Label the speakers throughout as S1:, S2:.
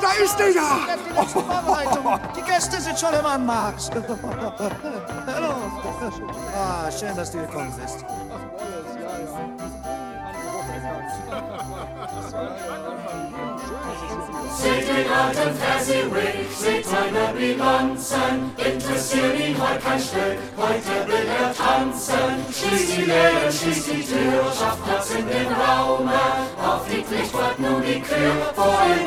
S1: da ist er ja!
S2: Die Gäste sind schon im Anmarsch. Hallo. Ah, schön, dass du gekommen bist.
S3: Seht den alten Fressi Rick, seht seine Bilanzen, interessiert ihn heute kein Stück, heute will er tanzen. Schließt die Läden, schließt die Tür, schafft Platz in den Raume, auf die Pflicht wartet nun die Kür, vor dem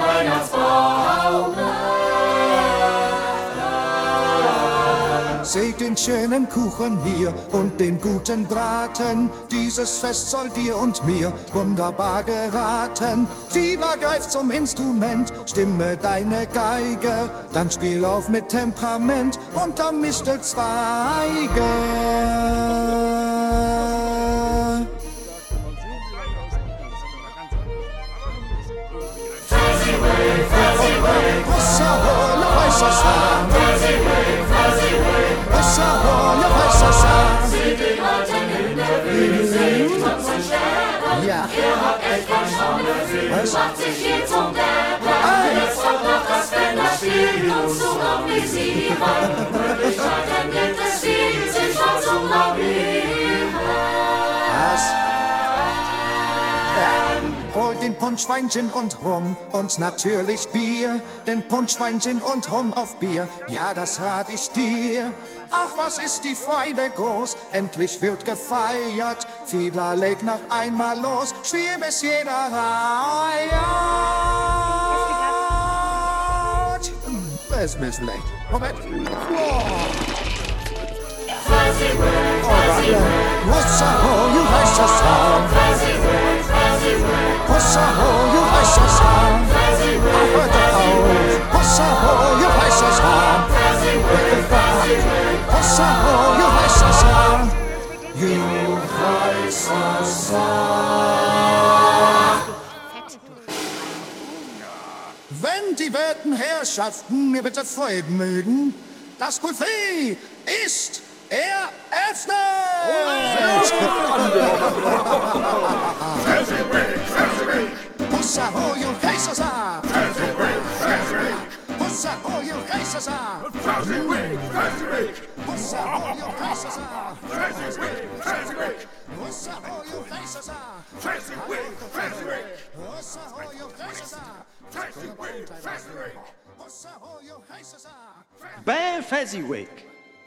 S3: Weihnachtsbaume.
S2: Seht den schönen Kuchen hier und den guten Braten, dieses Fest soll dir und mir wunderbar geraten. Fieber greift zum Instrument, stimme deine Geige, dann spiel auf mit Temperament unterm Mistelzweige.
S3: Großer Rolle, weißer Schwan. Fuzzy Wig, Fuzzy Wig. Großer Rolle, weißer Schwan. Sieht den alten Himmel, wie singt und zu sterben. Ja. Er hat echt kein Schaumgefühl, macht sich hier zum Deppen. Jetzt kommt noch das Bänderspiel, uns zu organisieren. Möglichkeiten gibt es viel, sich schon zu lavieren.
S2: Was? Holt den Punschweinchen und Rum und natürlich Bier, denn Punschweinchen und Rum auf Bier, ja, das rat ich dir. Ach, was ist die Freude groß, endlich wird gefeiert. Fiedler legt noch einmal los, spiel bis jeder reiert. Es missleicht. Moment. Oh.
S3: Fuzzy word, fuzzy word.
S2: What's a hole, you raise a sound.
S3: Fuzzy word, fuzzy word.
S2: What's a hole, you raise a sound.
S3: Fuzzy word,
S2: Heard the howl. What's a hole, you raise a sound.
S3: fuzzy word, fuzzy word.
S2: What's a hole, you raise a sound. You raise a sound. Wenn die werten Herrschaften mir bitte folgen mögen, das Buffet ist eröffnet!
S4: Fuzzy Wig, Fuzzy Wig.
S2: Pussa, oh, you faces are!
S4: Fuzzy Wig, Fuzzy Wig.
S2: Pussa, oh, you faces are!
S4: Fuzzy Wig, Fuzzy Wig.
S2: Pussa, oh, you faces are!
S4: Fuzzy Wig, Fuzzy Wig.
S2: Pussa, oh, you faces are!
S4: Fuzzy Wig, Fuzzy Wig.
S2: Pussa, oh, you faces are!
S4: Fuzzy Wig, Fuzzy Wig.
S2: Pussa, oh, you faces are!
S5: Bäh, Fezziwig.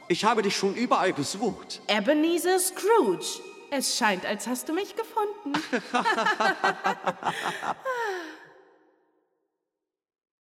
S5: Ich habe dich schon überall gesucht.
S6: Ebenezer Scrooge. Es scheint, als hast du mich gefunden.